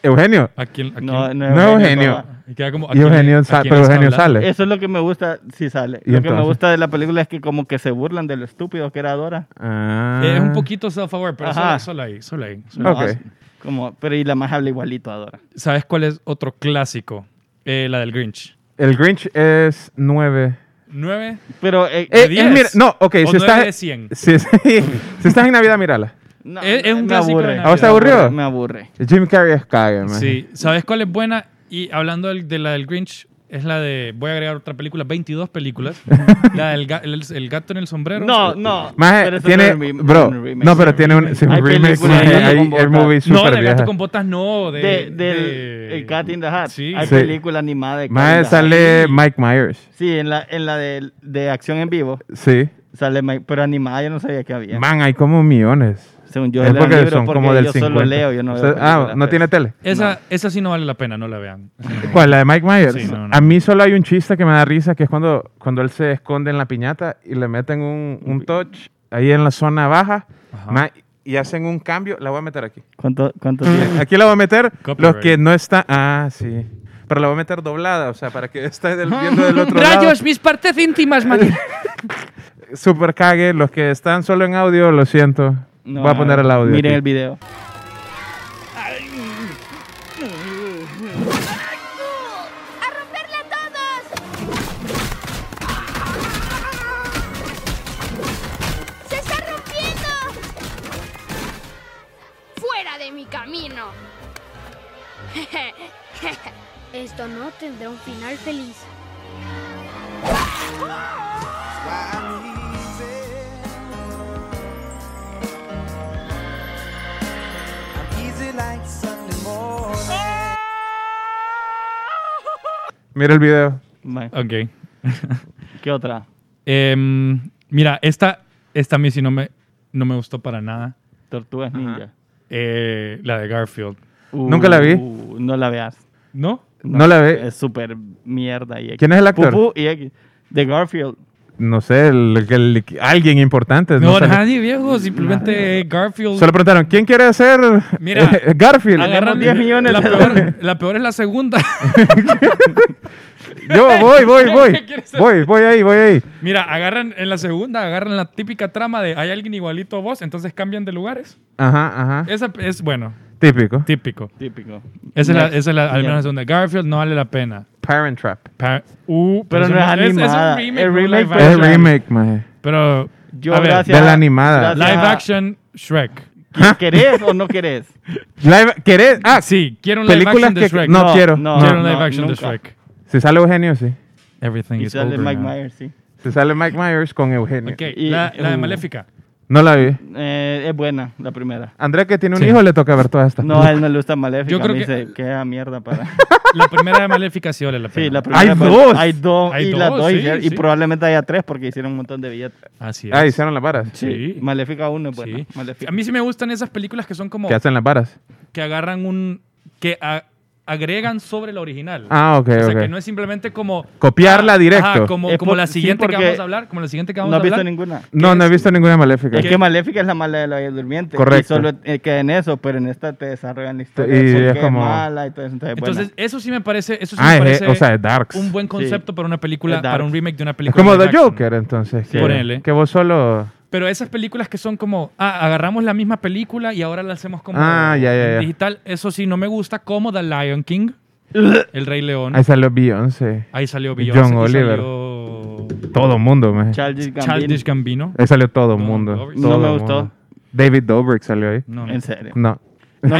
Speaker 4: Eugenio.
Speaker 2: ¿A quién- a
Speaker 3: No,
Speaker 2: quién-
Speaker 3: no,
Speaker 4: No,
Speaker 3: Eugenio,
Speaker 4: Eugenio.
Speaker 3: papá.
Speaker 2: Y queda como... ¿a
Speaker 4: Y
Speaker 2: quién le-
Speaker 4: Eugenio,
Speaker 2: a
Speaker 4: sa-
Speaker 2: quién
Speaker 4: pero
Speaker 2: le está
Speaker 4: Eugenio
Speaker 2: hablando?
Speaker 4: sale.
Speaker 3: Eso es lo que me gusta, si sale.
Speaker 4: ¿Y
Speaker 3: Lo que me
Speaker 4: entonces?
Speaker 3: gusta de la película es que como que se burlan de lo estúpido que era Dora.
Speaker 4: Ah.
Speaker 2: Es un poquito self-aware, pero
Speaker 3: Ajá.
Speaker 2: solo, solo ahí, solo ahí. solo
Speaker 3: No,
Speaker 2: ahí.
Speaker 4: Ok.
Speaker 3: Como, pero y la más habla igualito a Dora.
Speaker 2: ¿Sabes cuál es otro clásico? Eh, la del Grinch.
Speaker 4: El Grinch es 9.
Speaker 2: ¿Nueve?
Speaker 3: Pero eh,
Speaker 2: Eh,
Speaker 4: Es, mira, no, ok,
Speaker 2: o
Speaker 4: si
Speaker 2: nueve de
Speaker 4: estás,
Speaker 2: cien.
Speaker 4: si, si estás en Navidad, mírala.
Speaker 3: no,
Speaker 2: es- es un
Speaker 3: me
Speaker 2: clásico de
Speaker 3: aburre.
Speaker 2: Navidad. ¿A vos
Speaker 4: te ¿Ah, aburrió?
Speaker 3: Me aburre, Me aburre.
Speaker 4: Jim Carrey es cague, man.
Speaker 2: Sí. ¿Sabes cuál es buena? Y hablando del- de la del Grinch, es la de... Voy a agregar otra película, 22 películas. la del ga- el, el gato en el sombrero.
Speaker 3: No, no.
Speaker 4: Maje,
Speaker 3: pero eso
Speaker 4: tiene,
Speaker 3: no es un rem-
Speaker 4: bro,
Speaker 3: un remake.
Speaker 4: no, pero tiene un, sí, un
Speaker 3: Hay
Speaker 4: remake,
Speaker 3: películas
Speaker 4: maje,
Speaker 3: de gato
Speaker 4: hay,
Speaker 3: con
Speaker 4: hay
Speaker 3: botas.
Speaker 4: movies
Speaker 2: No,
Speaker 4: super
Speaker 2: del gato
Speaker 4: viejas.
Speaker 2: con botas, no. De,
Speaker 3: de, del
Speaker 2: de-
Speaker 3: el Cat in the Hat.
Speaker 2: Sí.
Speaker 3: Hay
Speaker 4: Sí.
Speaker 3: película animada de Cat in
Speaker 4: Maje,
Speaker 3: the Hat.
Speaker 4: sale
Speaker 2: Sí.
Speaker 4: Mike Myers,
Speaker 3: Sí, en la, en la de, de acción en vivo
Speaker 4: sí.
Speaker 3: sale, Mike, pero animada yo no sabía que había.
Speaker 4: Man, hay como millones.
Speaker 3: Según yo,
Speaker 4: es
Speaker 3: era
Speaker 4: porque
Speaker 3: libro,
Speaker 4: son como del
Speaker 3: yo
Speaker 4: 50.
Speaker 3: solo leo, yo no
Speaker 4: O
Speaker 3: veo
Speaker 4: sea, ah,
Speaker 3: películas,
Speaker 4: ¿no
Speaker 3: pues.
Speaker 4: tiene tele?
Speaker 2: Esa, esa sí no vale la pena, no la vean.
Speaker 4: ¿Cuál? ¿La de Mike Myers?
Speaker 2: Sí, no, no.
Speaker 4: A mí solo hay un chiste que me da risa, que es cuando, cuando él se esconde en la piñata y le meten un, un touch ahí en la zona baja
Speaker 2: Ajá.
Speaker 4: ma, y hacen un cambio. La voy a meter aquí.
Speaker 3: ¿Cuánto, cuánto tiene?
Speaker 4: Aquí la voy a meter.
Speaker 2: Copyright.
Speaker 4: Los que no están... Ah, sí. Pero la voy a meter doblada, o sea, para que esté del, viendo del otro
Speaker 2: ¡Rayos,
Speaker 4: lado.
Speaker 2: mis partes íntimas, man!
Speaker 4: Super cague. Los que están solo en audio, lo siento.
Speaker 3: No,
Speaker 4: voy a poner el audio.
Speaker 3: Miren
Speaker 4: aquí.
Speaker 3: el video.
Speaker 6: ¡A romperla todos! de mi camino. Esto no tendrá un final feliz.
Speaker 4: Mira el video.
Speaker 3: Mae,
Speaker 2: Ok.
Speaker 3: ¿Qué otra?
Speaker 2: Em, mira, esta, esta a mí sí no me, no me gustó para nada.
Speaker 3: Tortugas Ninja.
Speaker 2: Eh, la de Garfield.
Speaker 3: Uh,
Speaker 4: Nunca la vi.
Speaker 3: uh, no la veas.
Speaker 2: ¿No?
Speaker 4: No la ve.
Speaker 3: Es súper mierda. Y
Speaker 4: ¿Quién es el actor?
Speaker 3: Pupú y X. De Garfield.
Speaker 4: No sé, el- el- el- alguien importante. Pues no
Speaker 2: No,
Speaker 4: sale.
Speaker 2: nadie viejo, simplemente Garfield.
Speaker 4: Solo preguntaron, ¿quién quiere ser
Speaker 2: Mira,
Speaker 4: eh, Garfield?
Speaker 2: Agarran
Speaker 3: 10 millones
Speaker 2: la
Speaker 3: de
Speaker 2: peor, la peor es la segunda.
Speaker 4: Yo voy, voy,
Speaker 2: ¿Qué
Speaker 4: voy.
Speaker 2: quieres ser?
Speaker 4: Voy, voy ahí, voy ahí.
Speaker 2: Mira, agarran en la segunda, agarran la típica trama de hay alguien igualito a vos, entonces cambian de lugares.
Speaker 4: Ajá, ajá.
Speaker 2: Esa es, bueno,
Speaker 4: Típico.
Speaker 2: típico.
Speaker 3: Típico.
Speaker 2: Esa es la,
Speaker 3: Next.
Speaker 2: esa es la, al menos la
Speaker 3: Mierda.
Speaker 2: segunda. Garfield no vale la pena.
Speaker 4: Parent Trap.
Speaker 2: Pa- uh,
Speaker 3: Pero no
Speaker 2: eso
Speaker 3: es animada.
Speaker 2: Es, un
Speaker 3: El
Speaker 2: remake, no
Speaker 3: remake,
Speaker 2: live
Speaker 3: pero-
Speaker 4: Es
Speaker 2: action.
Speaker 4: remake, maje.
Speaker 2: Pero,
Speaker 3: Yo,
Speaker 2: a ver,
Speaker 3: gracias.
Speaker 4: de la animada.
Speaker 3: gracias
Speaker 2: live
Speaker 3: a-
Speaker 2: action Shrek.
Speaker 3: ¿Querés o no querés?
Speaker 4: Live- ¿Querés? Ah,
Speaker 2: Sí, quiero un live
Speaker 4: Películas
Speaker 2: action de
Speaker 4: que-
Speaker 2: Shrek.
Speaker 4: no, quiero.
Speaker 2: quiero un live action de
Speaker 3: nunca.
Speaker 2: Shrek.
Speaker 4: si sale Eugenio, sí.
Speaker 2: Everything
Speaker 3: Y
Speaker 2: is
Speaker 3: sale
Speaker 2: over
Speaker 3: Mike
Speaker 2: now.
Speaker 3: Myers, sí.
Speaker 4: Si sale Mike Myers con Eugenio.
Speaker 2: Ok,
Speaker 3: Y-
Speaker 2: la, la de
Speaker 3: uh.
Speaker 2: Maléfica.
Speaker 4: No la vi.
Speaker 3: Eh, es buena la primera.
Speaker 4: Andrea, que tiene un
Speaker 2: Sí.
Speaker 4: hijo, le toca ver todas estas.
Speaker 3: No, a él no le gusta Maléfica.
Speaker 2: Yo creo
Speaker 3: me
Speaker 2: que-
Speaker 3: dice, queda mierda para...
Speaker 2: La primera de Maléfica sí vale la pena.
Speaker 3: Sí, la primera.
Speaker 4: Hay
Speaker 3: pues,
Speaker 4: dos.
Speaker 3: Hay dos.
Speaker 2: Hay
Speaker 3: y las
Speaker 2: dos,
Speaker 3: dos.
Speaker 2: sí,
Speaker 3: hicieron- y
Speaker 2: sí.
Speaker 3: probablemente haya tres porque hicieron un montón de billetes.
Speaker 2: Así es.
Speaker 4: Ah, hicieron las varas.
Speaker 2: Sí.
Speaker 3: Maléfica 1 es
Speaker 2: Sí.
Speaker 3: buena. Maléfica.
Speaker 2: A mí sí me gustan esas películas que son como
Speaker 4: ¿Qué hacen las varas?
Speaker 2: que agarran un que a- agregan sobre la original.
Speaker 4: Ah, ok,
Speaker 2: o sea,
Speaker 4: ok.
Speaker 2: que no es simplemente como
Speaker 4: Copiarla directo.
Speaker 2: como,
Speaker 3: Es
Speaker 2: como
Speaker 3: por-
Speaker 2: la
Speaker 3: sí,
Speaker 2: siguiente que
Speaker 3: porque
Speaker 2: vamos a hablar, como la siguiente que vamos
Speaker 3: No
Speaker 2: a
Speaker 3: has visto
Speaker 2: hablar.
Speaker 3: ninguna.
Speaker 4: No, no he visto ninguna maléfica.
Speaker 3: Es que Maléfica es la mala de la Bella Durmiente.
Speaker 4: Correcto.
Speaker 3: Y solo eh, queda en eso, pero en esta te desarrollan la historia.
Speaker 4: Y
Speaker 3: de por
Speaker 4: es
Speaker 3: qué
Speaker 4: como-
Speaker 3: mala y todo eso. Entonces,
Speaker 2: Entonces,
Speaker 3: buena.
Speaker 2: eso sí me parece, eso sí
Speaker 4: Ah,
Speaker 2: me
Speaker 4: es,
Speaker 2: parece
Speaker 4: o sea, es Darks.
Speaker 2: un buen concepto para una película,
Speaker 3: Es dark.
Speaker 2: para un remake de una
Speaker 4: Es
Speaker 2: película.
Speaker 4: como
Speaker 2: live
Speaker 4: The
Speaker 2: action.
Speaker 4: Joker, entonces. Que,
Speaker 2: Ponele.
Speaker 4: que vos solo...
Speaker 2: Pero esas películas que son como, ah, agarramos la misma película y ahora la hacemos como
Speaker 4: Ah, ya, ya,
Speaker 2: en
Speaker 4: ya.
Speaker 2: digital, eso sí no me gusta, como The Lion King, El Rey León.
Speaker 4: Ahí salió Beyoncé.
Speaker 2: Ahí salió Beyoncé.
Speaker 4: John
Speaker 2: y
Speaker 4: Oliver.
Speaker 2: salió
Speaker 4: Todo mundo, maje.
Speaker 3: Childish Gambino.
Speaker 2: Childish Gambino.
Speaker 4: Ahí salió todo el
Speaker 2: No,
Speaker 4: mundo.
Speaker 2: Dobrik.
Speaker 3: No
Speaker 4: Todo
Speaker 3: me gustó.
Speaker 4: mundo. David Dobrik salió ahí.
Speaker 2: No, no.
Speaker 3: En serio.
Speaker 4: No.
Speaker 3: No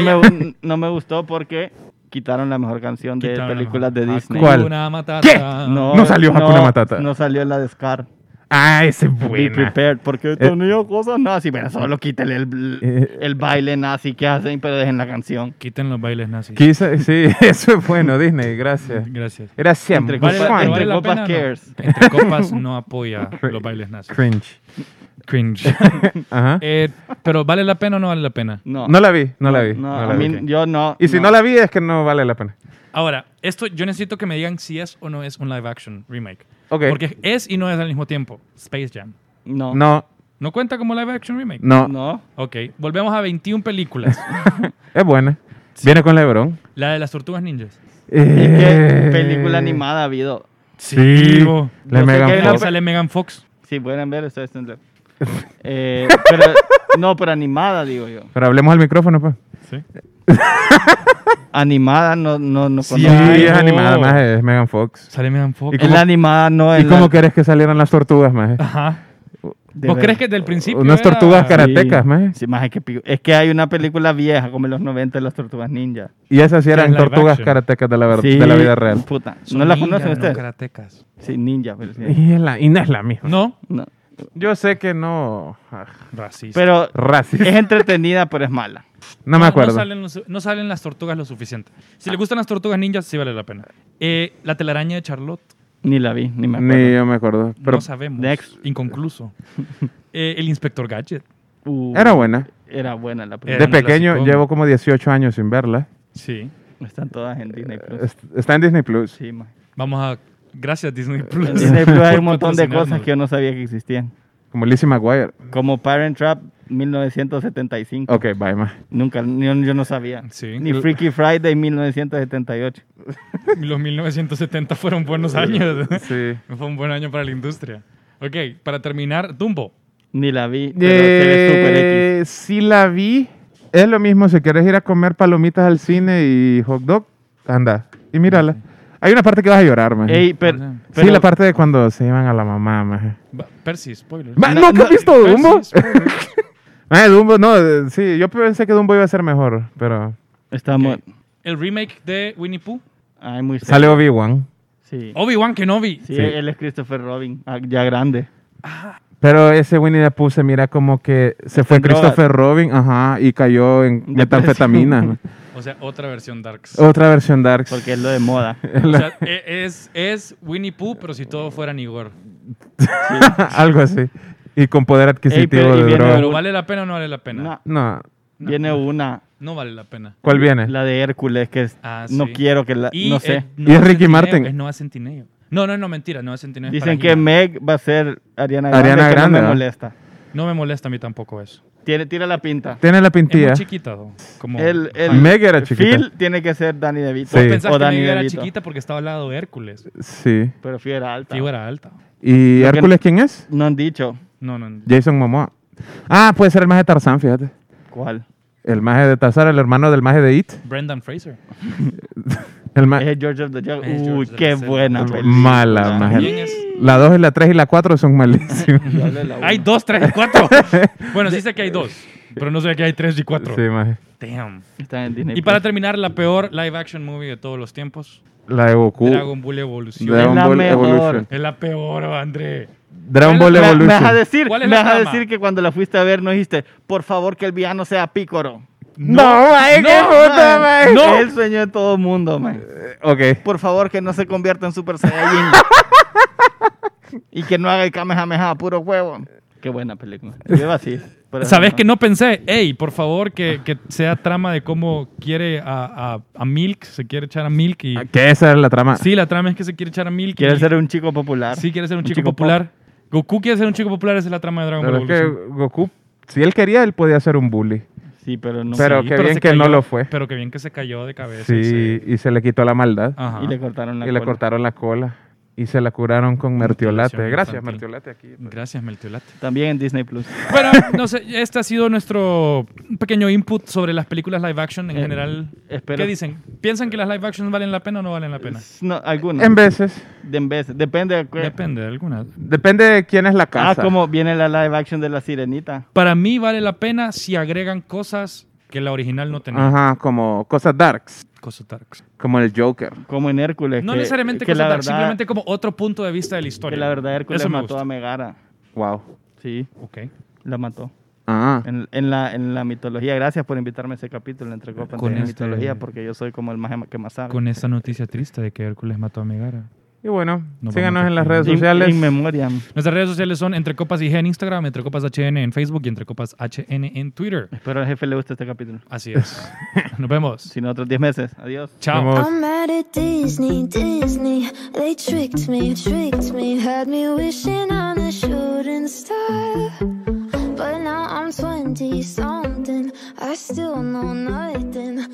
Speaker 3: me, no me gustó porque quitaron la mejor canción de
Speaker 2: Quitaron la
Speaker 3: películas de
Speaker 2: mejor.
Speaker 3: Disney.
Speaker 4: ¿Cuál?
Speaker 2: Hakuna Matata.
Speaker 4: No salió Hakuna Matata.
Speaker 3: No salió la de Scar.
Speaker 4: Ah, ese es
Speaker 3: Be
Speaker 4: bueno.
Speaker 3: prepared, porque tenía cosas nazis, pero solo quítale el,
Speaker 4: Eh.
Speaker 3: el baile nazi que hacen, pero dejen la canción.
Speaker 2: Quiten los bailes nazis.
Speaker 4: Quise- sí, eso es bueno, Disney, gracias.
Speaker 2: Gracias.
Speaker 4: Gracias.
Speaker 3: Entre
Speaker 4: Juan.
Speaker 3: copas-
Speaker 2: pero
Speaker 3: entre
Speaker 2: la
Speaker 3: copas
Speaker 2: pena,
Speaker 3: cares.
Speaker 2: no. Entre copas no apoya los bailes nazis.
Speaker 4: Cringe.
Speaker 2: Cringe.
Speaker 4: Ajá.
Speaker 2: Eh, pero ¿vale la pena o no vale la pena?
Speaker 3: No,
Speaker 4: No la vi, no la vi.
Speaker 3: no,
Speaker 4: no la
Speaker 3: a
Speaker 4: vi.
Speaker 3: mí, yo no.
Speaker 4: Y si no. la vi es que no vale la pena.
Speaker 2: Ahora, esto yo necesito que me digan si es o no es un live action remake.
Speaker 4: Ok.
Speaker 2: Porque es y no es al mismo tiempo. Space Jam.
Speaker 3: No, no.
Speaker 4: No,
Speaker 2: ¿No cuenta como live action remake?
Speaker 4: no,
Speaker 2: Ok, volvemos a 21 películas.
Speaker 4: es buena. Viene con Lebron.
Speaker 2: la de las tortugas ninjas.
Speaker 3: Es que
Speaker 4: Eh,
Speaker 3: película animada ha habido.
Speaker 4: Sí.
Speaker 2: Yo
Speaker 4: La
Speaker 3: sé que
Speaker 4: Megan
Speaker 3: hay una
Speaker 2: Ahí
Speaker 4: Fox.
Speaker 2: sale Megan Fox.
Speaker 3: Si pueden ver, ustedes tendrán. Eh, pero, no, pero animada, digo yo.
Speaker 4: Pero hablemos al micrófono, pues.
Speaker 2: Sí.
Speaker 3: Animada no, no, no
Speaker 4: Sí,
Speaker 3: conozco.
Speaker 2: ay,
Speaker 4: es
Speaker 2: no.
Speaker 4: animada, más es Megan Fox.
Speaker 2: Sale Megan Fox.
Speaker 4: ¿Y
Speaker 3: Es la animada, no es
Speaker 4: ¿Y cómo
Speaker 3: la-
Speaker 4: querés que salieran las tortugas, más?
Speaker 2: Ajá.
Speaker 3: de
Speaker 2: ¿Vos
Speaker 3: ver-
Speaker 2: crees que desde el principio?
Speaker 4: Unas
Speaker 2: era-
Speaker 4: tortugas cara-
Speaker 3: Sí.
Speaker 4: karatecas, maje?
Speaker 3: Sí, maje, que pico. Es que hay una película vieja, como en los 90, de las tortugas ninja.
Speaker 4: Y esas sí eran
Speaker 2: live
Speaker 4: tortugas
Speaker 2: action.
Speaker 4: karatecas de la, ver-
Speaker 3: Sí,
Speaker 4: de la vida real.
Speaker 3: Puta,
Speaker 2: Son
Speaker 3: ¿no la
Speaker 2: ninjas,
Speaker 3: conocen
Speaker 2: no
Speaker 3: ustedes?
Speaker 2: karatecas.
Speaker 3: Sí, ninja, pero sí.
Speaker 4: Y, es la, y no es la misma.
Speaker 2: No.
Speaker 3: No.
Speaker 4: Yo sé que no. ah,
Speaker 2: Racista.
Speaker 3: Pero
Speaker 4: Racista.
Speaker 3: es entretenida, pero es mala.
Speaker 4: No me acuerdo.
Speaker 2: No salen, los- no salen las tortugas lo suficiente. Si le gustan las tortugas ninjas, sí vale la pena. Eh, la telaraña de Charlotte.
Speaker 3: Ni la vi, ni me acuerdo.
Speaker 4: Ni yo me acuerdo. Pero
Speaker 2: no sabemos.
Speaker 3: next.
Speaker 2: Inconcluso. Eh, el inspector Gadget.
Speaker 3: Uh,
Speaker 4: era buena.
Speaker 3: Era buena la primera.
Speaker 2: Era
Speaker 4: De
Speaker 2: un
Speaker 4: pequeño
Speaker 2: clasicón.
Speaker 4: llevo como 18 años sin verla.
Speaker 2: Sí.
Speaker 3: Están todas en Disney Plus.
Speaker 4: Est- Está en Disney Plus.
Speaker 3: Sí, maje.
Speaker 2: Vamos a. Gracias, Disney Plus.
Speaker 3: En Eh, Disney Plus hay
Speaker 2: por
Speaker 3: un montón de cosas
Speaker 2: patrocinarnos.
Speaker 3: que yo no sabía que existían.
Speaker 4: Como Lizzie McGuire.
Speaker 3: Como Parent Trap 1975.
Speaker 4: Ok, bye, ma.
Speaker 3: Nunca, yo, yo no sabía.
Speaker 2: Sí.
Speaker 3: Ni Freaky Friday 1978.
Speaker 2: Los 1970 fueron buenos años.
Speaker 4: Sí.
Speaker 2: Fue un buen año para la industria. Ok, para terminar, Dumbo.
Speaker 3: Ni la vi, pero se ve super X.
Speaker 4: Eh, si la vi, es lo mismo. Si quieres ir a comer palomitas al cine y hot dog, anda y mírala. Hay una parte que vas a llorar, man.
Speaker 3: Ey, per-
Speaker 2: no sé.
Speaker 3: pero-
Speaker 4: sí, la parte de cuando se llevan a la mamá, man.
Speaker 2: Ba- Percy, spoiler.
Speaker 4: Ma-
Speaker 3: No,
Speaker 4: ¿No, que
Speaker 3: no,
Speaker 4: has visto Dumbo?
Speaker 2: Percy, spoiler.
Speaker 4: Ah, Dumbo, no, eh, sí, yo pensé que Dumbo iba a ser mejor, pero
Speaker 3: Estamos.
Speaker 2: El remake de Winnie Pooh.
Speaker 3: Ay, muy cerca.
Speaker 4: sale Obi-Wan.
Speaker 3: Sí.
Speaker 2: Obi-Wan Kenobi.
Speaker 3: Sí,
Speaker 4: Sí.
Speaker 3: él es Christopher Robin, ah, ya grande.
Speaker 4: Pero ese Winnie the Pooh se mira como que se fue
Speaker 3: en drogas.
Speaker 4: Christopher Robin, ajá, y cayó en
Speaker 3: Depresión.
Speaker 4: metanfetamina.
Speaker 2: O sea, otra versión Darks.
Speaker 4: Otra versión Dark.
Speaker 3: Porque es lo de moda.
Speaker 2: O sea, e- es, es Winnie Pooh, pero si todo fuera Igor.
Speaker 4: Algo así. Y con poder adquisitivo
Speaker 3: pero- y
Speaker 4: de
Speaker 3: viene
Speaker 4: droga.
Speaker 2: Pero ¿vale la pena o no vale la pena?
Speaker 3: No,
Speaker 4: No,
Speaker 3: Viene una,
Speaker 2: No vale la pena.
Speaker 4: ¿cuál viene?
Speaker 3: la de Hércules, que es-
Speaker 2: Ah,
Speaker 3: no
Speaker 2: sí. eh,
Speaker 3: quiero que la. no sé.
Speaker 2: es
Speaker 4: Y es Ricky
Speaker 2: Centineo,
Speaker 4: Martin.
Speaker 2: Es Noah Centineo. No, no, no, mentira, Noah Centineo. es
Speaker 3: Dicen
Speaker 2: para
Speaker 3: que
Speaker 2: He-Man.
Speaker 3: Meg va a ser Ariana Grande.
Speaker 4: Ariana
Speaker 3: que no
Speaker 4: Grande,
Speaker 3: me
Speaker 4: ¿verdad?
Speaker 3: molesta.
Speaker 2: No me molesta a mí tampoco eso.
Speaker 3: Tiene, tira la pinta.
Speaker 4: Tiene la
Speaker 2: Es
Speaker 4: pintilla.
Speaker 2: muy chiquita, ¿no? Como...
Speaker 3: El, el
Speaker 4: Meg era chiquita.
Speaker 3: Phil tiene que ser Danny DeVito.
Speaker 4: Sí.
Speaker 2: Vos pensás
Speaker 3: O
Speaker 2: que
Speaker 3: Danny
Speaker 2: Miguel era
Speaker 3: DeVito.
Speaker 2: chiquita porque estaba al lado de Hércules.
Speaker 4: Sí.
Speaker 3: Pero Phil era alta.
Speaker 2: Tío era alta.
Speaker 4: ¿Y
Speaker 3: Lo que-
Speaker 4: Hércules quién es?
Speaker 3: No han dicho
Speaker 2: No, no.
Speaker 4: Jason Momoa. Ah, puede ser el maje de Tarzán, fíjate.
Speaker 3: cuál.
Speaker 4: El maje de Tarzán, el hermano del maje de It.
Speaker 2: Brendan Fraser.
Speaker 4: El ma-
Speaker 3: Es el George of the Jungle.
Speaker 2: Es
Speaker 3: Uy,
Speaker 2: George
Speaker 3: qué
Speaker 2: de la
Speaker 3: buena
Speaker 2: selva.
Speaker 3: película.
Speaker 4: Ah. Mala,
Speaker 2: ¿Quién
Speaker 4: maje.
Speaker 2: es?
Speaker 4: La 2, la 3 y la 4 son malísimas.
Speaker 3: Dale la
Speaker 2: Hay
Speaker 3: uno.
Speaker 2: dos, tres y cuatro. bueno, sí sé que hay dos. Pero no sé que hay tres y cuatro.
Speaker 4: Sí, maje.
Speaker 2: Damn.
Speaker 3: Está en Disney
Speaker 2: Y para
Speaker 3: Plus.
Speaker 2: terminar, la peor live action movie de todos los tiempos.
Speaker 4: La de Goku.
Speaker 2: Dragon Ball Evolution.
Speaker 4: Dragon
Speaker 3: Es la
Speaker 4: Ball
Speaker 3: mejor.
Speaker 4: Evolution.
Speaker 2: Es la peor, André.
Speaker 4: Dragon Ball
Speaker 3: me, me vas a
Speaker 4: Evolution.
Speaker 3: decir, me
Speaker 2: ¿Cuál es la
Speaker 3: vas a
Speaker 2: trama?
Speaker 3: decir que cuando la fuiste a ver no dijiste, por favor que el villano sea Pícoro.
Speaker 4: No, maje, qué puta, maje.
Speaker 3: no. Es el sueño de todo mundo, man.
Speaker 4: Ok.
Speaker 3: Por favor que no se convierta en Super Saiyajin. y que no haga el Kamehameha, puro huevo. Qué buena película. Yo así. por eso
Speaker 2: ¿Sabes que no pensé? Ey, por favor, que, que sea trama de cómo quiere a, a- a Milk. Se quiere echar a Milk. Y...
Speaker 4: Que esa es la trama.
Speaker 2: Sí, la trama es que se quiere echar a Milk.
Speaker 3: Quiere
Speaker 2: y-
Speaker 3: ser un chico popular.
Speaker 2: Sí, quiere ser un,
Speaker 3: un
Speaker 2: chico,
Speaker 3: chico
Speaker 2: popular. Goku quiere ser un chico popular. Esa es la trama de Dragon
Speaker 4: La
Speaker 2: Ball
Speaker 4: verdad es que
Speaker 2: Evolution.
Speaker 4: Goku, si él quería, él podía ser un bully.
Speaker 3: Sí, pero no.
Speaker 4: Pero-
Speaker 2: Sí,
Speaker 4: qué bien
Speaker 2: se
Speaker 4: que no lo fue.
Speaker 2: Pero qué bien que se cayó de cabeza.
Speaker 4: Sí,
Speaker 2: y se-
Speaker 4: y se le quitó la maldad.
Speaker 2: Ajá.
Speaker 3: Y le cortaron la
Speaker 4: y le
Speaker 3: cola.
Speaker 4: cortaron la cola. Y se la curaron con mertiolate.
Speaker 2: Mutilación
Speaker 4: Gracias,
Speaker 2: infantil.
Speaker 4: mertiolate. Aquí.
Speaker 2: Gracias, Meltiolate.
Speaker 3: También en Disney Plus.
Speaker 2: Bueno, no sé, este ha sido nuestro pequeño input sobre las películas live action en
Speaker 3: Eh,
Speaker 2: general.
Speaker 3: espero-
Speaker 2: ¿Qué dicen? ¿Piensan que las live action valen la pena o no valen la pena?
Speaker 3: No, algunos.
Speaker 4: En veces.
Speaker 3: De en vez. Depende de qué-
Speaker 2: Depende de algunas.
Speaker 4: Depende de quién es la
Speaker 3: Ah,
Speaker 4: casa.
Speaker 3: como viene la live action de la sirenita.
Speaker 2: Para mí vale la pena si agregan cosas que la original no tenía.
Speaker 4: Ajá, como cosas darks.
Speaker 2: Cosas darks.
Speaker 4: Como el Joker.
Speaker 3: Como en Hércules.
Speaker 2: No
Speaker 3: que-
Speaker 2: necesariamente
Speaker 3: que
Speaker 2: cosas
Speaker 3: la
Speaker 2: darks,
Speaker 3: verdad-
Speaker 2: simplemente como otro punto de vista de la historia.
Speaker 3: Que la verdad Hércules
Speaker 2: Eso me
Speaker 3: mató
Speaker 2: gusta.
Speaker 3: a Megara.
Speaker 4: Wow.
Speaker 3: Sí,
Speaker 2: Ok.
Speaker 3: la mató.
Speaker 4: Ah.
Speaker 3: En, en la, en la mitología. Gracias por invitarme a ese capítulo entre copas
Speaker 2: Con
Speaker 3: de la
Speaker 2: este-
Speaker 3: mitología porque yo soy como el más que más sabe.
Speaker 2: Con esa noticia triste de que Hércules mató a Megara.
Speaker 4: Y bueno,
Speaker 2: Nos
Speaker 4: síganos
Speaker 2: vamos
Speaker 4: en las
Speaker 2: a-
Speaker 4: redes
Speaker 3: In-
Speaker 4: sociales.
Speaker 3: In, memoriam.
Speaker 2: Nuestras redes sociales son Entre Copas IG en Instagram, Entre Copas HN en Facebook y Entre Copas HN en Twitter.
Speaker 3: Espero al jefe le guste este capítulo.
Speaker 2: Así es. Nos vemos.
Speaker 3: Si no, otros 10 meses. Adiós.
Speaker 2: Chao.
Speaker 4: Vamos.
Speaker 1: I'm mad at Disney, Disney. They tricked me, tricked me. Had me wishing on a shooting star. But now I'm 20 something. I still know nothing.